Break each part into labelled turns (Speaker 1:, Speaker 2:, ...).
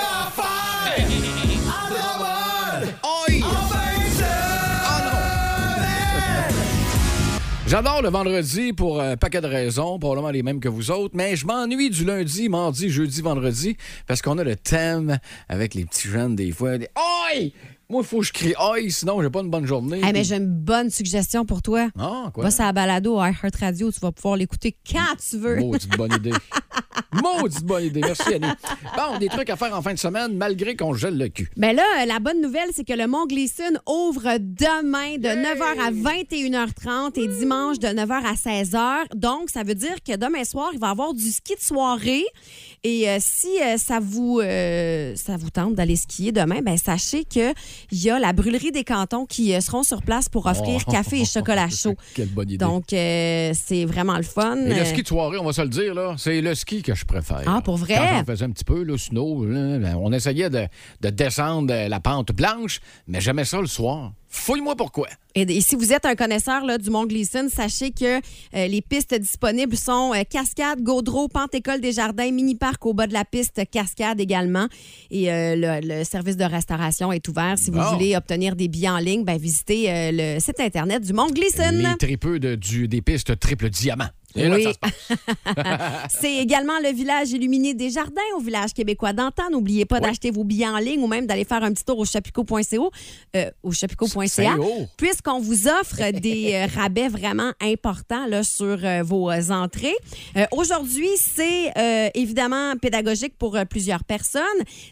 Speaker 1: à faire? En drôle! En
Speaker 2: J'adore le vendredi pour un paquet de raisons, probablement les mêmes que vous autres, mais je m'ennuie du lundi, mardi, jeudi, vendredi, parce qu'on a le thème avec les petits jeunes des fois. des Oi! Moi, il faut que je crie Oi, sinon j'ai pas une bonne journée.
Speaker 3: Hey, Ah, mais Bah, j'ai une bonne suggestion pour toi.
Speaker 2: Ah, quoi?
Speaker 3: Va sur la balado à Heart Radio, tu vas pouvoir l'écouter quand tu veux.
Speaker 2: Maudite bonne idée. Maudite bonne idée. Merci, Annie. Bon, des trucs à faire en fin de semaine, malgré qu'on gèle le cul.
Speaker 3: Ben là, la bonne nouvelle, c'est que le Mont Gleason ouvre demain de 9h à 21h30 et dimanche de 9h à 16h. Donc, ça veut dire que demain soir, il va y avoir du ski de soirée. Et euh, si euh, ça, vous, euh, ça vous tente d'aller skier demain, ben sachez qu'il y a la brûlerie des cantons qui euh, seront sur place pour offrir
Speaker 2: Oh.
Speaker 3: café et chocolat chaud.
Speaker 2: Quelle bonne idée.
Speaker 3: Donc, euh, c'est vraiment le fun.
Speaker 2: Et le ski de soirée, on va se le dire, là, c'est le ski que je préfère.
Speaker 3: Ah, pour vrai?
Speaker 2: Quand j'en faisais un petit peu, le snow, là, ben, on essayait de, de descendre euh, la pente blanche, mais j'aimais ça le soir. Fouille-moi pourquoi.
Speaker 3: Et, et si vous êtes un connaisseur là, du Mont Gleason, sachez que euh, les pistes disponibles sont euh, Cascade, Gaudreau, Pente-École des Jardins, Mini-Parc au bas de la piste, Cascade également. Et euh, le, le service de restauration est ouvert. Si
Speaker 2: Bon.
Speaker 3: vous voulez obtenir des billets en ligne, ben, visitez euh, le site Internet du Mont Gleason.
Speaker 2: Les tripeux de, du, des pistes triple diamant. Et là,
Speaker 3: Oui.
Speaker 2: ça se passe.
Speaker 3: C'est également le village illuminé des jardins au village québécois d'antan. N'oubliez pas d'acheter vos billets en ligne ou même d'aller faire un petit tour au chapico.co, euh, au
Speaker 2: C'est
Speaker 3: chapico.ca,
Speaker 2: haut.
Speaker 3: puisqu'on vous offre des euh, rabais vraiment importants là, sur euh, vos euh, entrées. Euh, Aujourd'hui, c'est euh, évidemment pédagogique pour euh, plusieurs personnes.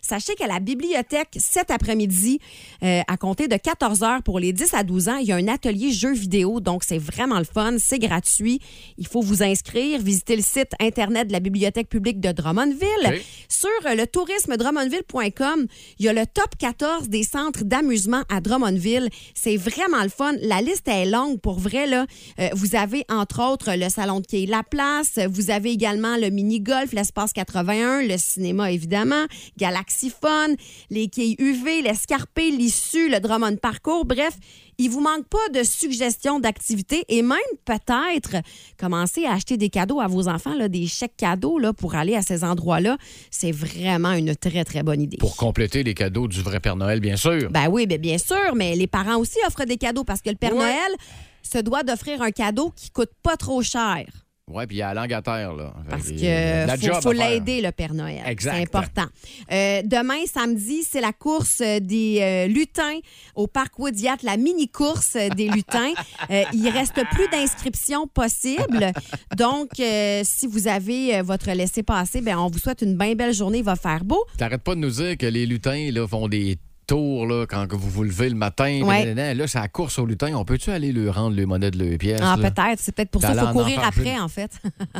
Speaker 3: Sachez qu'à la bibliothèque, cet après-midi, euh, à compter de 14 heures pour les 10 à 12 ans, il y a un atelier jeux vidéo. Donc, c'est vraiment le fun. C'est gratuit. Il faut vous inscrire. Visitez le site Internet de la Bibliothèque publique de Drummondville.
Speaker 2: OK.
Speaker 3: Sur euh, le tourisme-drummondville.com, il y a le top 14 des centres d'amusement à Drummondville. C'est vraiment le fun. La liste est longue pour vrai. Là. Euh, vous avez, entre autres, le salon de quai La Place. Vous avez également le mini-golf, l'espace 81, le cinéma, évidemment, Galaxy Fun, les quais UV, l'escarpé, l'issue, le Drummond Parcours. Bref, il vous manque pas de suggestions d'activités et même peut-être commencer à acheter des cadeaux à vos enfants, là, des chèques cadeaux là, pour aller à ces endroits-là. C'est vraiment une très, très bonne idée.
Speaker 2: Pour compléter les cadeaux du vrai Père Noël, bien sûr.
Speaker 3: Ben oui, ben bien sûr, mais les parents aussi offrent des cadeaux parce que le Père
Speaker 2: Ouais.
Speaker 3: Noël se doit d'offrir un cadeau qui coûte pas trop cher
Speaker 2: Ouais, puis il y a la langue à terre, là.
Speaker 3: parce
Speaker 2: Fait que,
Speaker 3: que
Speaker 2: euh, la job
Speaker 3: faut, faut
Speaker 2: à faire.
Speaker 3: l'aider le Père Noël.
Speaker 2: Exact.
Speaker 3: C'est important. Euh, demain samedi, c'est la course euh, des euh, lutins au parc Woodyat, la mini course des lutins. Euh, il reste plus d'inscriptions possibles. Donc euh, si vous avez euh, votre laissez-passer, ben on vous souhaite une bien belle journée, il va faire beau.
Speaker 2: T'arrêtes pas de nous dire que les lutins là, font des tours là, quand que vous vous levez le matin.
Speaker 3: Ouais.
Speaker 2: Blablabla. Là, c'est la course aux lutins. On peut-tu aller leur rendre les monnaies de leurs pièces?
Speaker 3: Ah,
Speaker 2: là?
Speaker 3: peut-être, c'est peut-être pour
Speaker 2: T'as
Speaker 3: ça qu'il
Speaker 2: l'air
Speaker 3: faut courir
Speaker 2: d'en farger.
Speaker 3: après en fait.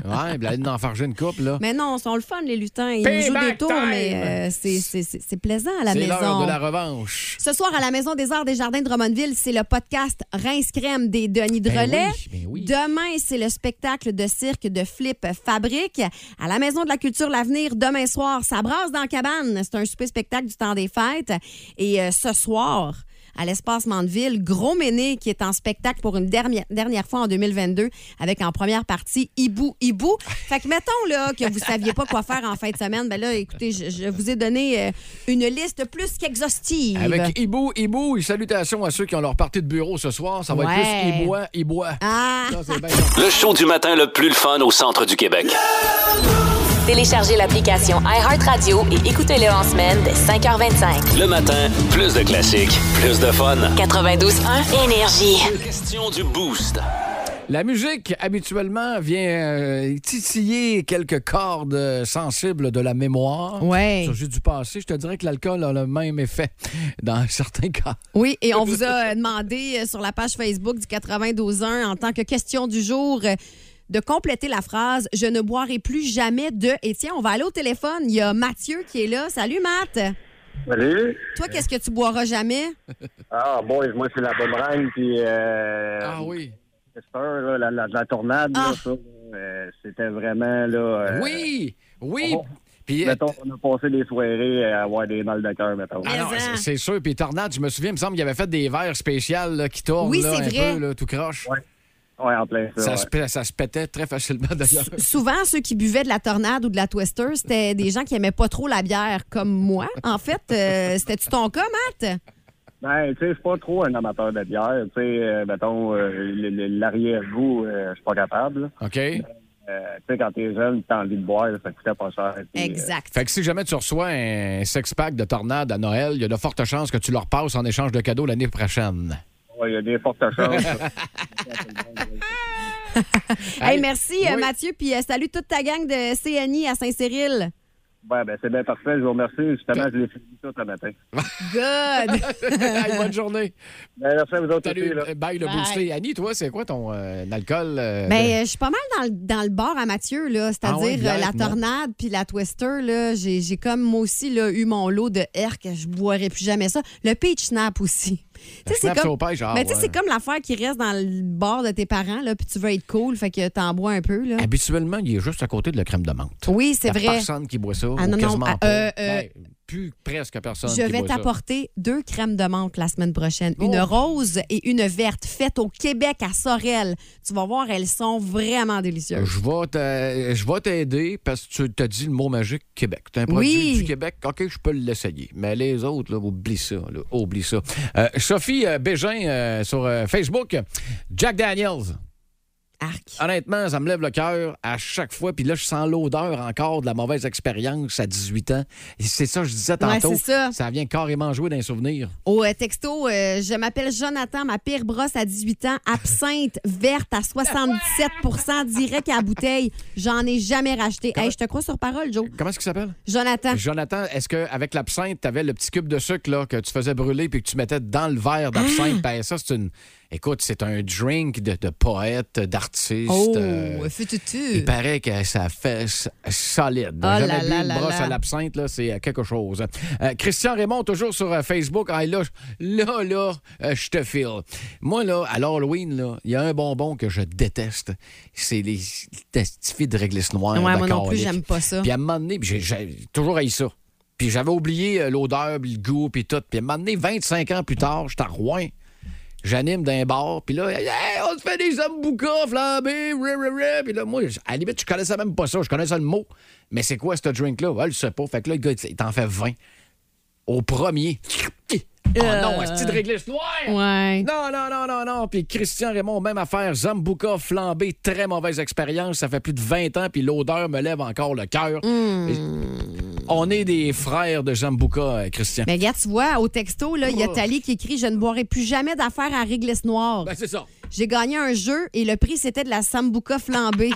Speaker 2: Ouais, puis aller en farger une coupe. là.
Speaker 3: Mais non, ils sont le fun les lutins, ils nous jouent des tours mais euh, c'est- c'est c'est- c'est plaisant à la
Speaker 2: C'est
Speaker 3: maison.
Speaker 2: l'heure de la revanche.
Speaker 3: Ce soir, à la Maison des Arts des Jardins de Drummondville, c'est le podcast Rince Crème des Denis de
Speaker 2: Ben
Speaker 3: Relais.
Speaker 2: oui, ben oui.
Speaker 3: Demain, c'est le spectacle de cirque de Flip Fabrique. À la Maison de la Culture L'Avenir, demain soir, ça brasse dans la cabane. C'est un super spectacle du temps des fêtes. Et euh, ce soir, à l'espace Mandeville, Gros Méné qui est en spectacle pour une dernière, dernière fois en 2022 avec en première partie Hibou Hibou. Fait que mettons là, que vous saviez pas quoi faire en fin de semaine. Ben là, écoutez, je, je vous ai donné euh, une liste plus qu'exhaustive.
Speaker 2: Avec Ibo, Ibo, et salutations à ceux qui ont leur partie de bureau ce soir. Ça va
Speaker 3: Ouais.
Speaker 2: être plus Ibois, Ibois.
Speaker 3: Ah!
Speaker 2: hein. Ça, c'est bien.
Speaker 4: Le show du matin le plus le fun au centre du Québec.
Speaker 5: Téléchargez l'application iHeartRadio et écoutez-le en semaine dès 5h25.
Speaker 4: Le matin, plus de classiques, plus de fun.
Speaker 5: 92.1 Énergie.
Speaker 4: Question du boost.
Speaker 2: La musique, habituellement, vient euh, titiller quelques cordes euh, sensibles de la mémoire.
Speaker 3: Ouais.
Speaker 2: Sur juste du passé, je te dirais que l'alcool a le même effet dans certains cas.
Speaker 3: Oui, et on vous a euh, demandé euh, sur la page Facebook du 92.1 en tant que question du jour euh, de compléter la phrase Je ne boirai plus jamais de. Et tiens, on va aller au téléphone. Il y a Mathieu qui est là. Salut, Matt.
Speaker 6: Salut.
Speaker 3: Toi, qu'est-ce que tu boiras jamais?
Speaker 6: Ah, boys, moi, c'est la boomerang, puis euh,
Speaker 2: Ah oui.
Speaker 6: Chester, là, la, la, la tornade, là,
Speaker 3: Ah.
Speaker 6: ça, euh, c'était vraiment, là... euh,
Speaker 2: Oui, oui. Puis, euh,
Speaker 6: Mettons, on a passé des soirées à avoir des mal de cœur, mettons.
Speaker 2: ah non,
Speaker 3: Mais, hein.
Speaker 2: c'est- c'est sûr. Puis Tornade, je me souviens, il me semble qu'il avait fait des verres spéciaux là, qui tournent
Speaker 3: Oui,
Speaker 2: là,
Speaker 3: c'est
Speaker 2: un
Speaker 3: vrai.
Speaker 2: peu, là, tout croche.
Speaker 6: Ouais. Ouais, en plein ça.
Speaker 2: Ça,
Speaker 6: ouais.
Speaker 2: se, pè- ça se pétait très facilement, d'ailleurs.
Speaker 3: Souvent, ceux qui buvaient de la tornade ou de la twister, c'était des gens qui aimaient pas trop la bière, comme moi. En fait, euh, c'était-tu ton cas, Matt?
Speaker 6: Ben, tu sais, je suis pas trop un amateur de bière. Tu sais, euh, mettons, euh, le- le- l'arrière-goût, euh, je suis pas capable. là.
Speaker 2: OK?
Speaker 6: Euh, tu sais, quand t'es jeune, t'as envie de boire, ça coûtait pas cher. puis, euh,
Speaker 3: Exact.
Speaker 2: Fait que si jamais tu reçois un six-pack de Tornade à Noël, il y a de fortes chances que tu leur passes en échange de cadeaux l'année prochaine.
Speaker 6: ouais, il y a des fortes chances.
Speaker 3: Hey, merci, euh,
Speaker 2: oui.
Speaker 3: Mathieu. Puis euh, salut toute ta gang de CNI à Saint-Cyril.
Speaker 6: ouais, ben, c'est bien parfait. Je vous remercie. Justement, je l'ai fini tout ce matin.
Speaker 3: Good.
Speaker 2: Hey, bonne journée.
Speaker 6: Ben, merci à vous autres aussi,
Speaker 2: Salut. euh,
Speaker 6: là.
Speaker 2: Bye, le
Speaker 3: Bye.
Speaker 2: boosté. Annie, toi, c'est quoi ton euh, alcool? euh,
Speaker 3: Ben, euh, je suis pas mal dans le, dans le bord à Mathieu, là. C'est-à-dire
Speaker 2: Ah ouais, bière,
Speaker 3: euh, la
Speaker 2: non.
Speaker 3: tornade puis la twister, là. J'ai j'ai comme moi aussi là, eu mon lot de air que je boirai plus jamais ça. Le peach snap aussi. Tu sais,
Speaker 2: snap au pêche, ah
Speaker 3: Mais ben, tu sais,
Speaker 2: ouais.
Speaker 3: c'est comme l'affaire qui reste dans le bord de tes parents, là, puis tu veux être cool, fait que t'en bois un peu, là.
Speaker 2: Habituellement, il est juste à côté de Eh ben, la crème de menthe.
Speaker 3: Oui, c'est
Speaker 2: Y a
Speaker 3: vrai.
Speaker 2: personne qui boit ça.
Speaker 3: Ah,
Speaker 2: ou
Speaker 3: non, non,
Speaker 2: quasiment
Speaker 3: ah,
Speaker 2: pas.
Speaker 3: euh, euh,
Speaker 2: Ben, plus presque personne
Speaker 3: Je
Speaker 2: qui
Speaker 3: vais
Speaker 2: boit ça.
Speaker 3: t'apporter deux crèmes de menthe la semaine prochaine. Une
Speaker 2: Oh.
Speaker 3: rose et une verte, faite au Québec, à Sorel. Tu vas voir, elles sont vraiment délicieuses.
Speaker 2: Je vais t'a- je vais t'aider parce que tu t'as dit le mot magique Québec. T'as un produit
Speaker 3: Oui.
Speaker 2: du Québec, OK, je peux l'essayer. Mais les autres, là, oublie ça. là, oublie ça. Euh, Sophie euh, Bégin euh, sur euh, Facebook. Jack Daniels.
Speaker 3: Arc.
Speaker 2: Honnêtement, ça me lève le cœur à chaque fois. Puis là, je sens l'odeur encore de la mauvaise expérience à 18 ans. Et c'est ça, que je disais
Speaker 3: Ouais,
Speaker 2: tantôt.
Speaker 3: c'est ça.
Speaker 2: vient carrément jouer d'un souvenir.
Speaker 3: Au euh, texto, euh, je m'appelle Jonathan, ma pire brosse à 18 ans, absinthe verte à 77 direct à la bouteille. J'en ai jamais racheté. Hey, je te crois sur parole, Joe.
Speaker 2: Comment est-ce qu'il s'appelle?
Speaker 3: Jonathan.
Speaker 2: Jonathan, est-ce qu'avec l'absinthe, tu avais le petit cube de sucre là, que tu faisais brûler puis que tu mettais dans le verre d'absinthe? Ben, ça, c'est une. Écoute, c'est un drink de, de poète, d'artiste.
Speaker 3: Oh,
Speaker 2: euh, il
Speaker 3: fututu.
Speaker 2: paraît que ça fesse solide.
Speaker 3: Oh
Speaker 2: J'avais
Speaker 3: là
Speaker 2: bu
Speaker 3: là
Speaker 2: une
Speaker 3: là
Speaker 2: brosse
Speaker 3: là.
Speaker 2: à l'absinthe, là, c'est euh, quelque chose. Euh, Christian Raymond, toujours sur euh, Facebook. Ah, là, je- là, là, euh, je te file. Moi, là, à l'Halloween, là, il y a un bonbon que je déteste. C'est les petites filles de réglisse noire.
Speaker 3: Ouais, moi
Speaker 2: de
Speaker 3: non plus,
Speaker 2: calique.
Speaker 3: j'aime pas ça.
Speaker 2: Puis à un moment donné, puis j'ai j'ai toujours haï ça. Puis j'avais oublié euh, l'odeur, puis le goût, puis tout. Puis à un moment donné, 25 ans plus tard, j'étais à Rouen. J'anime d'un bar, puis là, Hey, on se fait des zamboukas flambés, ré, ré, ré. Puis là, moi, à la limite, je connaissais même pas ça. Je connaissais le mot. Mais c'est quoi ce drink-là? Ouais, je sais pas. Fait que là, le gars, il t'en fait 20. Au premier. Oh non, un petit de réglisse noire!
Speaker 3: Euh, Ouais.
Speaker 2: Non, non, non, non, non. Puis Christian Raymond, même affaire. Zambouka flambé, très mauvaise expérience. Ça fait plus de 20 ans, puis l'odeur me lève encore le cœur.
Speaker 3: Hmm.
Speaker 2: On est des frères de Zambouka, euh, Christian.
Speaker 3: Mais regarde, tu vois, au texto, là, il y
Speaker 2: Oh.
Speaker 3: a Tali qui écrit Je ne boirai plus jamais d'affaires à réglisse noire.
Speaker 2: Ben, c'est ça.
Speaker 3: J'ai gagné un jeu et le prix, c'était de la Sambuca flambée.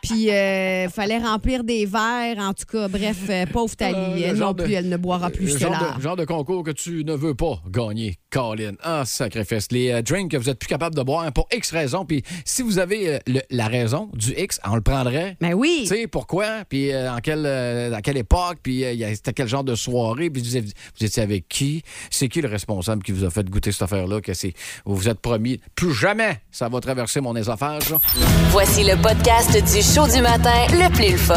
Speaker 3: Puis, euh, fallait remplir des verres. En tout cas, bref, euh, pauvre
Speaker 2: Euh,
Speaker 3: Thalie.
Speaker 2: le
Speaker 3: elle
Speaker 2: genre
Speaker 3: non
Speaker 2: de-
Speaker 3: plus, elle ne boira plus
Speaker 2: Le
Speaker 3: cela.
Speaker 2: genre de, genre de concours que tu ne veux pas gagner, Colin. Ah, sacrifice. Les euh, drinks que vous êtes plus capable de boire pour X raisons. Puis si vous avez euh, le- la raison du X, on le prendrait.
Speaker 3: Ben oui.
Speaker 2: Tu sais, pourquoi, puis euh, en quelle, euh, à quelle époque, puis euh, il y a- c'était quel genre de soirée, puis vous, avez- vous étiez avec qui, c'est qui le responsable qui vous a fait goûter cette affaire-là, que c'est, vous vous êtes promis, plus jamais ça va traverser mon ésophage. là.
Speaker 5: Voici le podcast du show du matin le plus le fun.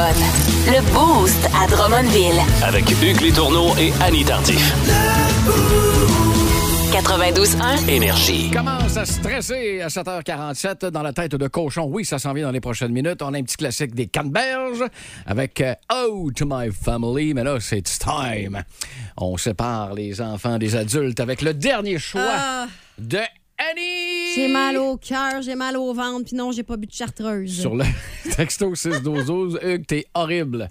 Speaker 5: Le Boost à Drummondville.
Speaker 4: Avec Hugues Létourneau et Annie Tardif.
Speaker 5: 92.1.
Speaker 4: Énergie.
Speaker 2: Commence à stresser à 7h47 dans la tête de cochon. Oui, ça s'en vient dans les prochaines minutes. On a un petit classique des canneberges avec euh, Oh to my family, mais là, c'est it's time. On sépare les enfants des adultes avec le dernier choix
Speaker 3: Ah.
Speaker 2: de Annie.
Speaker 3: J'ai mal au cœur, j'ai mal au ventre, puis non, j'ai pas bu de chartreuse.
Speaker 2: Sur le texto 61212, Hugues, t'es horrible.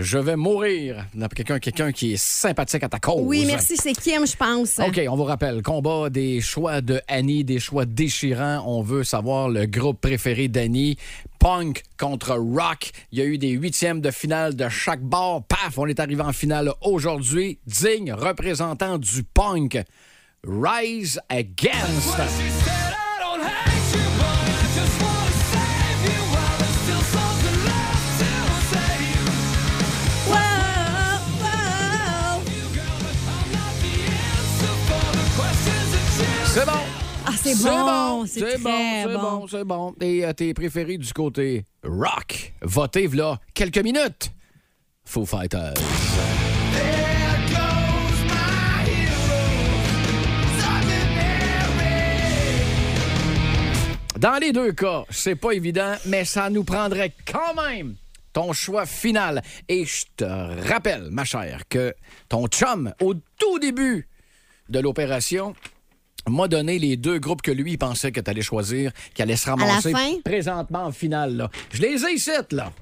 Speaker 2: Je vais mourir. On a Quelqu'un quelqu'un qui est sympathique à ta cause.
Speaker 3: Oui, merci, c'est Kim, je pense.
Speaker 2: OK, on vous rappelle, combat des choix de Annie, des choix déchirants. On veut savoir le groupe préféré d'Annie. Punk contre rock. Il y a eu des huitièmes de finale de chaque bord. Paf, on est arrivé en finale aujourd'hui. Digne représentant du punk. Rise Against. C'est
Speaker 3: Wow, wow.
Speaker 2: bon.
Speaker 3: Ah, c'est bon, c'est très
Speaker 2: c'est bon,
Speaker 3: bon.
Speaker 2: c'est bon. Et euh, tes préférés du côté rock, votez là quelques minutes. Foo Fighters. Dans les deux cas, c'est pas évident, mais ça nous prendrait quand même ton choix final. Et je te rappelle, ma chère, que ton chum, au tout début de l'opération, m'a donné les deux groupes que lui il pensait que tu allais choisir, qui allait se ramasser
Speaker 3: fin?
Speaker 2: présentement en finale. là. Je les ai ici, là.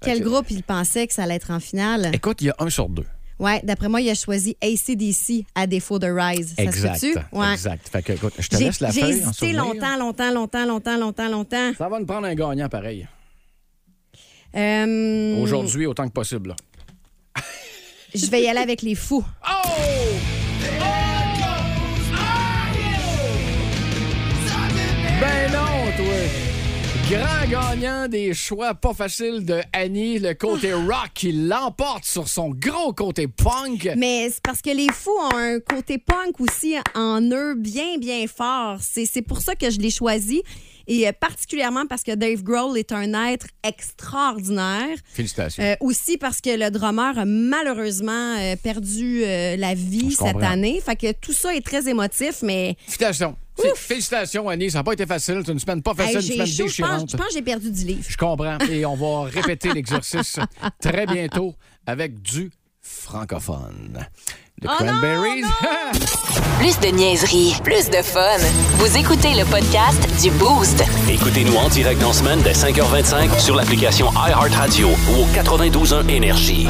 Speaker 3: Quel
Speaker 2: Ok.
Speaker 3: groupe il pensait que ça allait être en finale?
Speaker 2: Écoute, il y a un sur deux.
Speaker 3: Ouais, d'après moi, il a choisi ACDC à défaut de Rise. Ça
Speaker 2: exact.
Speaker 3: se peut-tu? Ouais.
Speaker 2: Exact. Fait que, écoute, je te
Speaker 3: J'ai
Speaker 2: laisse la
Speaker 3: j'ai
Speaker 2: feuille. en
Speaker 3: hésité
Speaker 2: souvenir.
Speaker 3: longtemps, longtemps, longtemps, longtemps, longtemps, longtemps.
Speaker 2: Ça va nous prendre un gagnant pareil.
Speaker 3: Euh,
Speaker 2: Aujourd'hui, autant que possible. là.
Speaker 3: Je vais y aller avec les fous.
Speaker 2: Ben non, toi! Grand gagnant des choix pas faciles de Annie, le
Speaker 3: Ah.
Speaker 2: côté rock qui l'emporte sur son gros côté punk.
Speaker 3: Mais c'est parce que les fous ont un côté punk aussi en eux bien, bien fort. C'est c'est pour ça que je l'ai choisi. Et euh, particulièrement parce que Dave Grohl est un être extraordinaire.
Speaker 2: Félicitations.
Speaker 3: Euh, aussi parce que le drummer a malheureusement euh, perdu euh, la vie
Speaker 2: Je comprends.
Speaker 3: cette année. Fait que tout ça est très émotif, mais
Speaker 2: Félicitations. Fé- Félicitations, Annie. Ça n'a pas été facile. C'est une semaine pas facile,
Speaker 3: Hey,
Speaker 2: une
Speaker 3: j'ai
Speaker 2: semaine
Speaker 3: chaud. Je pense,
Speaker 2: déchirante.
Speaker 3: je pense que j'ai perdu du livre.
Speaker 2: Je comprends. Et on va répéter l'exercice très bientôt avec du francophone. The
Speaker 3: Oh non,
Speaker 2: Cranberries.
Speaker 5: Plus de niaiserie, plus de fun. Vous écoutez le podcast du Boost.
Speaker 4: Écoutez-nous en direct en semaine dès 5h25 sur l'application iHeartRadio ou au 92.1 Énergie.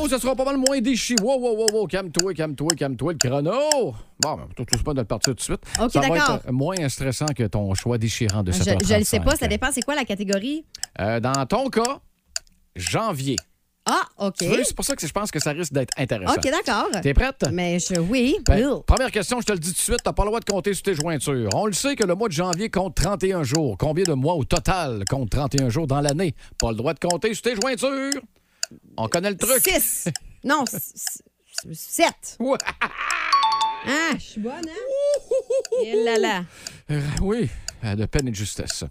Speaker 2: oh, ça sera pas mal moins déchi. Wow, wow, wow, wow. Calme-toi, calme-toi, calme-toi, le chrono. Bon, ben, tout tout, c'est pas de partir tout de suite.
Speaker 3: Ok,
Speaker 2: ça va
Speaker 3: d'accord.
Speaker 2: être moins stressant que ton choix déchirant de
Speaker 3: Je,
Speaker 2: 7
Speaker 3: je le sais pas, ça dépend c'est quoi la catégorie.
Speaker 2: Euh, dans ton cas, janvier.
Speaker 3: Ah, OK.
Speaker 2: Tu veux, C'est pour ça que je pense que ça risque d'être intéressant.
Speaker 3: OK, d'accord.
Speaker 2: T'es prête?
Speaker 3: Mais je, oui.
Speaker 2: Ben,
Speaker 3: Ugh.
Speaker 2: première question, je te le dis tout de suite, t'as pas le droit de compter sur tes jointures. On le sait que le mois de janvier compte 31 jours. Combien de mois au total compte 31 jours dans l'année? Pas le droit de compter sur tes jointures. On connaît le truc.
Speaker 3: Six. Non, s- s- s- sept.
Speaker 2: Ouais.
Speaker 3: Ah, je suis bonne, hein? Et là là.
Speaker 2: Euh, Oui, euh, de peine et de justesse.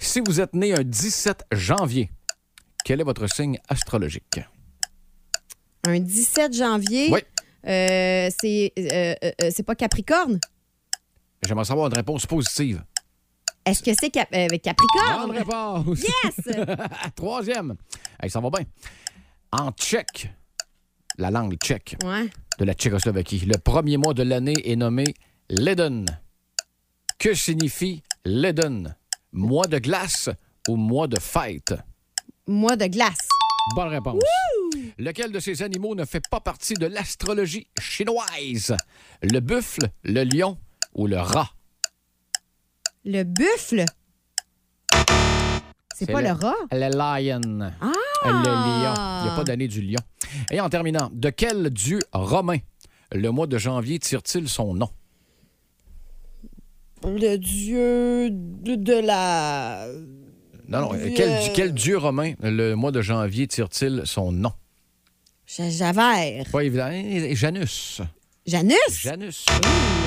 Speaker 2: Si vous êtes né un 17 janvier, quel est votre signe astrologique?
Speaker 3: Un 17 janvier.
Speaker 2: Oui.
Speaker 3: Euh, c'est euh, euh, euh, c'est pas Capricorne?
Speaker 2: J'aimerais savoir une réponse positive.
Speaker 3: Est-ce que c'est Cap- euh,
Speaker 2: Bonne
Speaker 3: Capricorne?
Speaker 2: réponse!
Speaker 3: Yes!
Speaker 2: Troisième. Hey, ça va bien. En tchèque, la langue tchèque.
Speaker 3: ouais.
Speaker 2: de la Tchécoslovaquie. Le premier mois de l'année est nommé Leden. Que signifie Leden? Mois de glace ou mois de fête?
Speaker 3: Mois de glace.
Speaker 2: Bonne réponse. Lequel de ces animaux ne fait pas partie de l'astrologie chinoise? Le buffle, le lion ou le rat?
Speaker 3: Le buffle. C'est pas le, rat?
Speaker 2: Le lion.
Speaker 3: Ah!
Speaker 2: Le lion. Il n'y a pas d'année du lion. Et en terminant, de quel dieu romain le mois de janvier tire-t-il son nom?
Speaker 3: Le dieu de, de la.
Speaker 2: Non, non. Quel, quel dieu romain, le mois de janvier, tire-t-il son nom?
Speaker 3: Ja- Javert.
Speaker 2: Pas évident. Eh, Janus.
Speaker 3: Janus?
Speaker 2: Janus.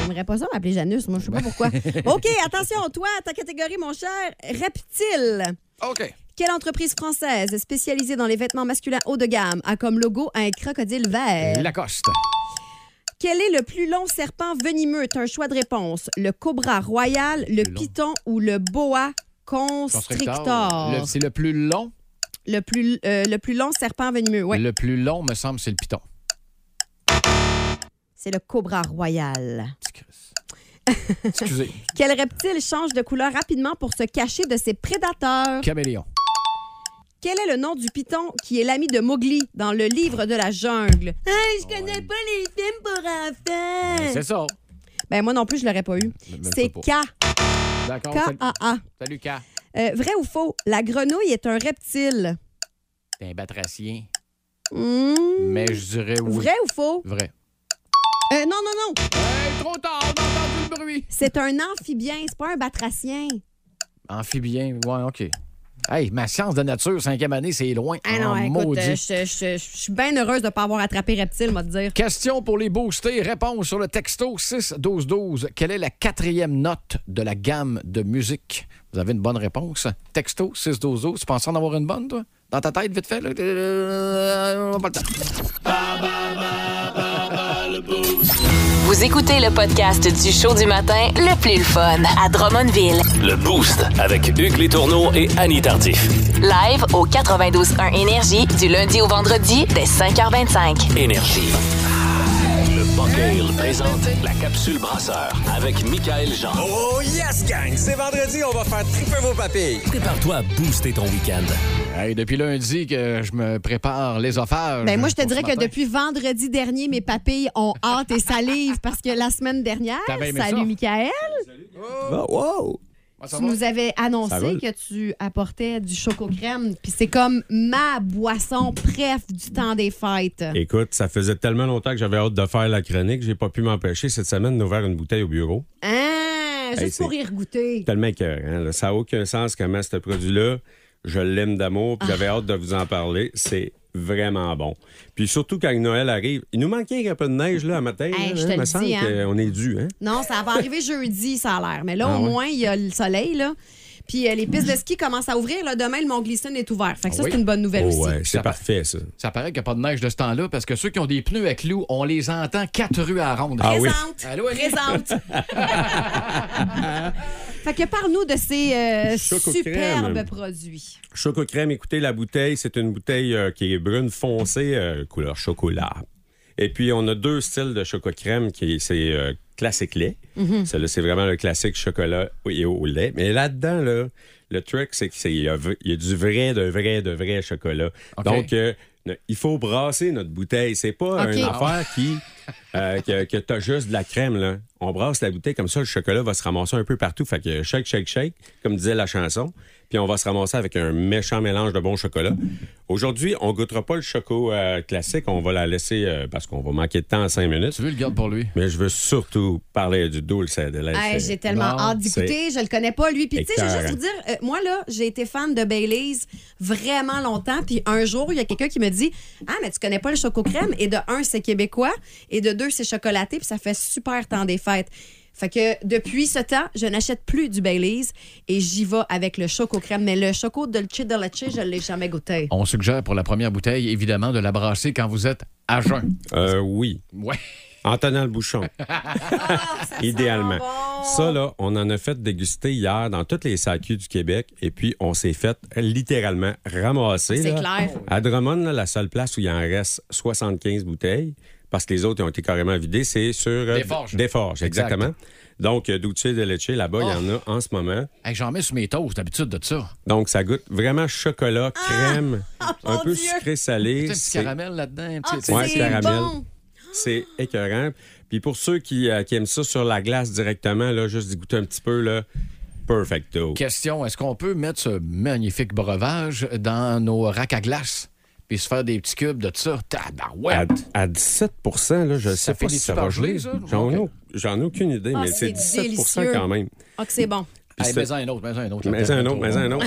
Speaker 3: J'aimerais pas ça m'appeler Janus, moi, je sais
Speaker 2: Ben.
Speaker 3: pas pourquoi. OK, attention, toi, ta catégorie, mon cher, reptile.
Speaker 2: OK.
Speaker 3: Quelle entreprise française spécialisée dans les vêtements masculins haut de gamme a comme logo un crocodile vert?
Speaker 2: Lacoste.
Speaker 3: Quel est le plus long serpent venimeux? T'as un choix de réponse. Le cobra royal,
Speaker 2: Plus
Speaker 3: le
Speaker 2: long.
Speaker 3: python ou le boa
Speaker 2: Constrictor.
Speaker 3: constrictor?
Speaker 2: Le- C'est le plus long.
Speaker 3: Le plus, euh, le plus long serpent venimeux, oui.
Speaker 2: Le plus long, me semble, c'est le python.
Speaker 3: C'est le cobra royal.
Speaker 2: Petit Chris. Excusez.
Speaker 3: Quel reptile change de couleur rapidement pour se cacher de ses prédateurs?
Speaker 2: Caméléon.
Speaker 3: Quel est le nom du python qui est l'ami de Mowgli dans le livre de la jungle? Ah, je connais pas les films pour
Speaker 2: C'est
Speaker 3: enfants.
Speaker 2: ça.
Speaker 3: Ben moi non plus, je l'aurais pas eu.
Speaker 2: Même je
Speaker 3: C'est
Speaker 2: sais pas.
Speaker 3: K.
Speaker 2: D'accord. Salut-
Speaker 3: K-A-A.
Speaker 2: Salut, K.
Speaker 3: Euh, vrai ou faux? La grenouille est un reptile.
Speaker 2: T'es un batracien.
Speaker 3: Hmm.
Speaker 2: Mais je dirais oui.
Speaker 3: Vrai ou faux?
Speaker 2: Vrai.
Speaker 3: Euh, non, non, non.
Speaker 2: Hey, trop tard, on a entendu le bruit.
Speaker 3: C'est un amphibien, c'est pas un batracien.
Speaker 2: Amphibien. Ouais, OK. Hey, ma science de nature, cinquième année, c'est loin.
Speaker 3: Ah non,
Speaker 2: En
Speaker 3: écoute,
Speaker 2: maudit.
Speaker 3: euh, je je- je- je suis bien heureuse de ne pas avoir attrapé Reptile, moi, te dire.
Speaker 2: Question pour les boostés. Réponse sur le texto 6-12-12. Quelle est la quatrième note de la gamme de musique? Vous avez une bonne réponse. Texto 6-12-12. Tu penses en avoir une bonne, toi? Dans ta tête, vite fait? Là? Euh, on a pas le temps.
Speaker 5: Vous écoutez le podcast du show du matin le plus le fun à Drummondville.
Speaker 4: Le Boost avec Hugues Létourneau et Annie Tardif.
Speaker 5: Live au 92.1 Énergie du lundi au vendredi dès 5h25.
Speaker 4: Énergie. Le Buckale présente la capsule brasseur avec Michael Jean.
Speaker 1: Oh yes, gang! C'est vendredi, on va faire triper vos papilles.
Speaker 4: Prépare-toi à booster ton week-end.
Speaker 2: Hey, depuis lundi que je me prépare l'œsophages.
Speaker 3: Ben moi, je te
Speaker 2: pour ce
Speaker 3: dirais que
Speaker 2: matin.
Speaker 3: depuis vendredi dernier, mes papilles ont hâte et salive parce que la semaine dernière,
Speaker 2: T'avais aimé ça?
Speaker 3: salut Michael,
Speaker 1: Oh, wow!
Speaker 2: Ah, ça
Speaker 3: tu
Speaker 2: va?
Speaker 3: nous avais
Speaker 1: Ça
Speaker 3: annoncé
Speaker 1: roule.
Speaker 3: que tu apportais du choco crème, puis c'est comme ma boisson préf du temps des fêtes.
Speaker 7: Écoute, ça faisait tellement longtemps que j'avais hâte de faire la chronique, j'ai pas pu m'empêcher cette semaine d'ouvrir une bouteille au bureau.
Speaker 3: Hein,
Speaker 7: Hey,
Speaker 3: juste
Speaker 7: c'est-
Speaker 3: pour y regoûter.
Speaker 7: Tellement écœurant, hein, là. Ça n'a aucun sens comment ce produit-là, je l'aime d'amour, puis
Speaker 3: Ah.
Speaker 7: j'avais hâte de vous en parler. C'est vraiment bon. Puis surtout quand Noël arrive, il nous manquait un peu de neige là à matin.
Speaker 3: Hey,
Speaker 7: là,
Speaker 3: je te
Speaker 7: hein? Il
Speaker 3: le
Speaker 7: me semble
Speaker 3: dis, hein.
Speaker 7: qu'on est dû, hein?
Speaker 3: Non, ça va arriver jeudi, ça a l'air. Mais là,
Speaker 7: Ah
Speaker 3: au
Speaker 7: ouais.
Speaker 3: moins, il y a le soleil, là. Puis euh, les pistes de ski commencent à ouvrir. Là. Demain, le Mont Glisson est ouvert. Fait que ça,
Speaker 2: Oui.
Speaker 3: Ben c'est une bonne nouvelle aussi.
Speaker 7: Oh, ouais,
Speaker 2: Ça
Speaker 7: c'est
Speaker 2: va.
Speaker 7: parfait, ça.
Speaker 2: Ça paraît qu'il n'y a pas de neige de ce temps-là parce que ceux qui ont des pneus à clous, on les entend quatre rues à la ronde.
Speaker 7: Ah oui.
Speaker 3: Présente.
Speaker 2: Allô, Annie?
Speaker 3: Présente. fait que parle-nous de ces euh,
Speaker 7: Choco
Speaker 3: superbes
Speaker 7: crème.
Speaker 3: produits.
Speaker 7: Choco crème, écoutez la bouteille. C'est une bouteille euh, qui est brune foncée, euh, couleur chocolat. Et puis, on a deux styles de choco crème qui c'est euh, classique lait. Celui-là, c'est vraiment le classique chocolat et au lait. Mais là-dedans, là, le truc, c'est qu'il y, a v- il y a du vrai, de vrai, de vrai chocolat.
Speaker 2: OK.
Speaker 7: Donc, euh, ne- il faut brasser notre bouteille. C'est pas
Speaker 3: OK.
Speaker 7: une affaire qui, euh, que, que t'as juste de la crème, là. On brasse la bouteille comme ça, le chocolat va se ramasser un peu partout. Fait que shake, shake, shake, comme disait la chanson. Puis on va se ramasser avec un méchant mélange de bon chocolat. Aujourd'hui, on goûtera pas le choco euh, classique. On va la laisser euh, parce qu'on va manquer de temps à cinq minutes.
Speaker 2: Tu veux le garde pour lui?
Speaker 7: Mais je veux surtout parler du dulce de lait.
Speaker 2: Ah,
Speaker 3: Hey,
Speaker 7: C'est-
Speaker 3: j'ai tellement
Speaker 2: Non,
Speaker 3: hâte d'écouter. Je le connais pas, lui. Puis, tu sais, je veux juste
Speaker 7: Écœurant.
Speaker 3: vous dire, euh, moi, là, j'ai été fan de Bailey's vraiment longtemps. Puis, un jour, il y a quelqu'un qui me dit Ah, mais tu connais pas le choco crème. Et de un, c'est québécois. Et de deux, c'est chocolaté. Puis, ça fait super temps des fêtes. Fait que depuis ce temps, je n'achète plus du Bailey's et j'y vais avec le choco crème. Mais le choco dolce de leche, je l'ai jamais goûté.
Speaker 2: On suggère pour la première bouteille, évidemment, de la brasser quand vous êtes à jeun.
Speaker 7: Euh, oui.
Speaker 2: Ouais.
Speaker 7: En tenant le bouchon.
Speaker 3: Ah,
Speaker 7: Idéalement. Ça, là, on en a fait déguster hier dans toutes les SAQ du Québec et puis on s'est fait littéralement ramasser.
Speaker 3: C'est
Speaker 7: là.
Speaker 3: clair.
Speaker 7: À Drummond, là, la seule place où il en reste 75 bouteilles, parce que les autres ont été carrément vidées, c'est sur... euh,
Speaker 2: Des Forges.
Speaker 7: Des Forges,
Speaker 2: Exact.
Speaker 7: exactement. Donc, euh, Dulce de Leche, là-bas, il y en a
Speaker 3: Oh.
Speaker 7: en ce moment.
Speaker 2: Hey, J'en mets sur mes toasts d'habitude de ça.
Speaker 7: Donc, ça goûte vraiment chocolat, crème, un
Speaker 3: Ah! Oh, mon
Speaker 7: peu
Speaker 3: Dieu!
Speaker 2: Tu sais,
Speaker 7: sucré-salé.
Speaker 2: Un petit
Speaker 7: C'est-
Speaker 2: caramel là-dedans. un petit-
Speaker 3: Ah,
Speaker 2: tu sais,
Speaker 3: c'est
Speaker 7: Ouais, caramel.
Speaker 3: bon.
Speaker 7: C'est écœurant. Puis pour ceux qui, euh, qui aiment ça sur la glace directement, là, juste d'y goûter un petit peu, là, perfecto.
Speaker 2: Question, est-ce qu'on peut mettre ce magnifique breuvage dans nos racks à glace puis se faire des petits cubes de ça?
Speaker 7: À,
Speaker 2: Tabarouette!
Speaker 7: à 17 là, je ne sais pas
Speaker 2: finit-tu
Speaker 7: si ça
Speaker 2: par
Speaker 7: va
Speaker 2: geler,
Speaker 7: geler.
Speaker 2: ça?
Speaker 7: J'en ai,
Speaker 2: Ok.
Speaker 7: j'en ai aucune idée,
Speaker 3: Ah,
Speaker 7: mais c'est
Speaker 3: c'est
Speaker 7: 17
Speaker 3: délicieux.
Speaker 7: quand même.
Speaker 3: Ah, que c'est bon.
Speaker 2: Hey,
Speaker 7: Puis c'est-
Speaker 2: mets-en un autre, mets-en un autre.
Speaker 7: Mais un autre, mais un
Speaker 2: hein.
Speaker 7: autre.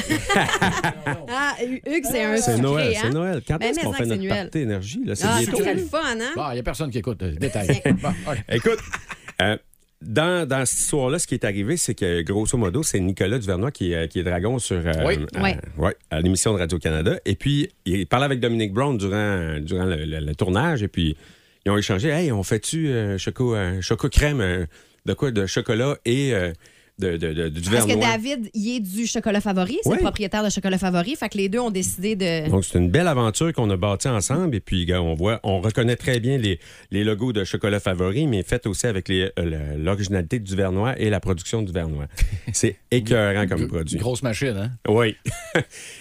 Speaker 3: Ah, Hugues, c'est un
Speaker 7: C'est
Speaker 3: sucré,
Speaker 7: Noël,
Speaker 3: hein?
Speaker 7: c'est Noël. Quand
Speaker 3: Ben,
Speaker 7: est-ce
Speaker 3: mais
Speaker 7: qu'on
Speaker 3: ça,
Speaker 7: fait
Speaker 3: c'est
Speaker 7: notre
Speaker 3: Noël.
Speaker 7: party énergie? Là? C'est
Speaker 3: Ah, c'est
Speaker 7: bientôt.
Speaker 3: très le fun, hein?
Speaker 2: Il n'y a personne qui écoute. euh, Détail. Bon, ok.
Speaker 7: Écoute, euh, dans, dans cette histoire-là, ce qui est arrivé, c'est que grosso modo, c'est Nicolas Duvernois qui, est- qui est dragon sur euh,
Speaker 2: Oui.
Speaker 7: euh,
Speaker 3: Ouais.
Speaker 7: ouais, à l'émission de Radio-Canada. Et puis, il parlait avec Dominique Brown durant, durant le, le- le tournage. Et puis, ils ont échangé Hey, on fait-tu euh, choco, euh, choco crème euh, de quoi De chocolat et euh, de, de, de- du
Speaker 3: Parce
Speaker 7: Duvernois.
Speaker 3: que David, il est du chocolat favori, c'est
Speaker 7: Oui.
Speaker 3: le propriétaire de chocolat favori. Fait que les deux ont décidé de.
Speaker 7: Donc, c'est une belle aventure qu'on a bâtie ensemble. Et puis, gars, on voit, on reconnaît très bien les, les logos de chocolat favori, mais faites aussi avec les- euh, le- l'originalité du Vernois et la production du Vernois. C'est écœurant comme produit.
Speaker 2: Grosse machine, hein?
Speaker 7: Oui.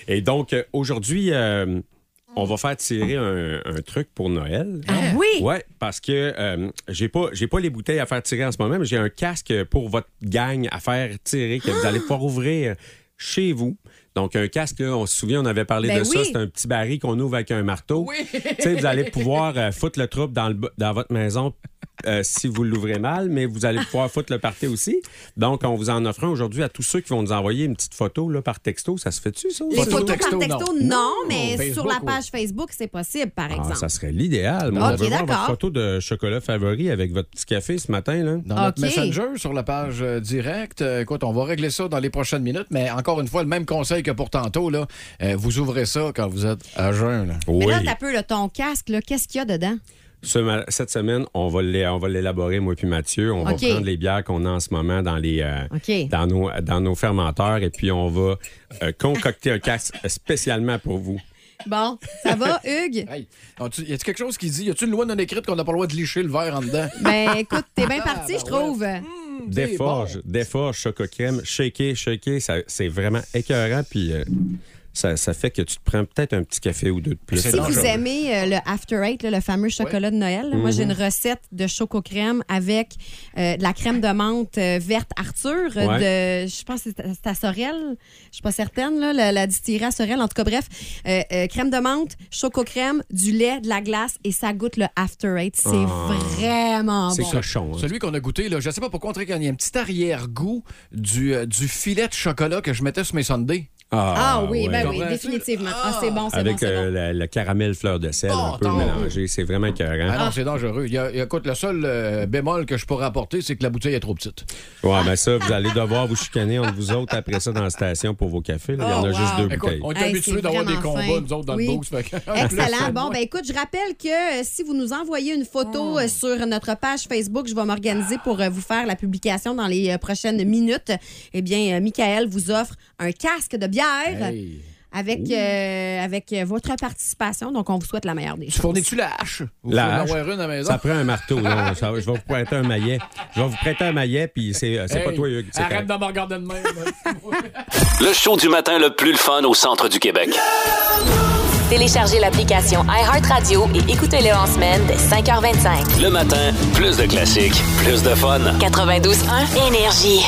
Speaker 7: et donc, euh, aujourd'hui, euh, on va faire tirer un, un truc pour Noël.
Speaker 3: Ah oui?
Speaker 7: Ouais, parce que euh, j'ai pas j'ai pas les bouteilles à faire tirer en ce moment, mais j'ai un casque pour votre gang à faire tirer que vous allez pouvoir ouvrir chez vous. Donc, un casque, là, on se souvient, on avait parlé
Speaker 3: Ben
Speaker 7: de ça.
Speaker 3: oui.
Speaker 7: C'est un petit baril qu'on ouvre avec un marteau. Tu sais, vous allez pouvoir euh, foutre le trouble dans, le b- dans votre maison euh, si vous l'ouvrez mal, mais vous allez pouvoir foutre le party aussi. Donc, on vous en offre un aujourd'hui à tous ceux qui vont nous envoyer une petite photo là, par texto. Ça se fait-tu, ça?
Speaker 3: Les
Speaker 7: ça?
Speaker 3: photos
Speaker 2: texto,
Speaker 3: par texto,
Speaker 2: non.
Speaker 3: non,
Speaker 2: Non,
Speaker 3: mais
Speaker 2: Facebook,
Speaker 3: sur la
Speaker 2: oui.
Speaker 3: page Facebook, c'est possible, par
Speaker 7: Ah,
Speaker 3: exemple.
Speaker 7: ça serait l'idéal. Moi,
Speaker 3: Ok,
Speaker 7: on veut voir votre
Speaker 3: d'accord.
Speaker 7: photo de chocolat favori avec votre petit café ce matin. Là.
Speaker 2: Dans notre
Speaker 3: OK.
Speaker 2: Messenger, sur la page euh, directe, euh, écoute, on va régler ça dans les prochaines minutes, mais encore une fois, le même conseil que pour tantôt, là, euh, vous ouvrez ça quand vous êtes à jeun. là.
Speaker 3: Mais
Speaker 7: Oui.
Speaker 3: là, t'as peu le ton casque, là, qu'est-ce qu'il y a dedans?
Speaker 7: Ce ma- cette semaine, on va l'é- on va l'élaborer, moi puis Mathieu. On
Speaker 3: OK.
Speaker 7: va prendre les bières qu'on a en ce moment dans, les, euh,
Speaker 3: OK.
Speaker 7: dans, nos, dans nos fermenteurs et puis on va euh, concocter un casque spécialement pour vous.
Speaker 3: Bon, ça va, Hugues?
Speaker 2: Hey, as-tu- y a-tu quelque chose qui dit, y a-tu une loi non écrite qu'on n'a pas le droit de licher le verre en dedans?
Speaker 3: Ben, écoute, t'es bien parti,
Speaker 2: ben
Speaker 3: je trouve.
Speaker 2: C'est
Speaker 7: Déforge, déforge, choco crème, shaker, shaker, ça- c'est vraiment écœurant. Puis euh, ça, ça fait que tu te prends peut-être un petit café ou deux de plus.
Speaker 2: C'est
Speaker 3: Si vous
Speaker 2: dangereux.
Speaker 3: aimez euh, le After Eight, là, le fameux chocolat de Noël, là, moi j'ai une
Speaker 7: Mhm.
Speaker 3: recette de choco crème avec euh, de la crème de menthe euh, verte Arthur, euh, de, je pense que c'est à- c'est à Sorel, je suis pas certaine, là, la, la distillerie à Sorel, en tout cas bref, euh, euh, crème de menthe, choco crème, du lait, de la glace et ça goûte le After Eight. C'est vraiment
Speaker 7: Ah. C'est
Speaker 3: bon.
Speaker 7: cochon. hein.
Speaker 2: Celui qu'on a goûté, là, je sais pas pourquoi, on dirait qu'il y a un petit arrière-goût du, euh, du filet de chocolat que je mettais sur mes sundaes.
Speaker 3: Ah oui, ben
Speaker 7: ouais.
Speaker 3: oui, définitivement. Ah, c'est bon, c'est bon,
Speaker 7: Avec
Speaker 3: c'est
Speaker 7: euh,
Speaker 3: bon.
Speaker 7: la, la caramel fleur de sel,
Speaker 2: Oh,
Speaker 7: un peu
Speaker 2: non.
Speaker 7: mélangé. C'est vraiment écœurant.
Speaker 2: Ah non, c'est dangereux. Il y a- il y a- écoute, le seul euh, bémol que je pourrais apporter, c'est que la bouteille est trop petite.
Speaker 7: Ouais, ben ça, vous allez devoir vous chicaner entre vous autres après ça dans la station pour vos cafés. là. Il y en
Speaker 3: Oh,
Speaker 7: a
Speaker 3: wow.
Speaker 7: juste deux
Speaker 2: Écoute,
Speaker 7: bouteilles.
Speaker 2: on est
Speaker 3: Hey,
Speaker 2: habitué
Speaker 3: c'est
Speaker 2: d'avoir des
Speaker 3: vraiment
Speaker 2: combats,
Speaker 3: fin.
Speaker 2: nous autres, dans
Speaker 3: Oui.
Speaker 2: le boost. fait que-
Speaker 3: Excellent. Bon, ben écoute, je rappelle que euh, si vous nous envoyez une photo euh, sur notre page Facebook, je vais m'organiser pour euh, vous faire la publication dans les euh, prochaines minutes. Eh bien, euh, Michael vous offre un casque de bière
Speaker 2: Hey.
Speaker 3: avec, euh, avec euh, votre participation. Donc, on vous souhaite la meilleure des
Speaker 2: Tu
Speaker 3: choses.
Speaker 2: fournis-tu la hache? Ou
Speaker 7: La
Speaker 2: faut en
Speaker 7: hache?
Speaker 2: avoir une à la maison?
Speaker 7: Ça prend un marteau. non, ça- je vais vous prêter un maillet. Je vais vous prêter un maillet, puis c'est euh, c'est pas
Speaker 2: Hey,
Speaker 7: toi, Hugues. c'est
Speaker 2: Arrête
Speaker 7: correct.
Speaker 2: de me regarder de même.
Speaker 4: Le show du matin le plus le fun au centre du Québec.
Speaker 5: Téléchargez l'application iHeartRadio et écoutez-le en semaine dès 5h25.
Speaker 4: Le matin, plus de classiques, plus de fun.
Speaker 5: 92.1 Énergie.